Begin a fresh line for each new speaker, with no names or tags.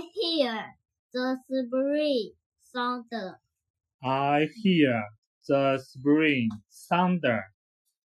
hear the spring sound.
I hear the spring thunder.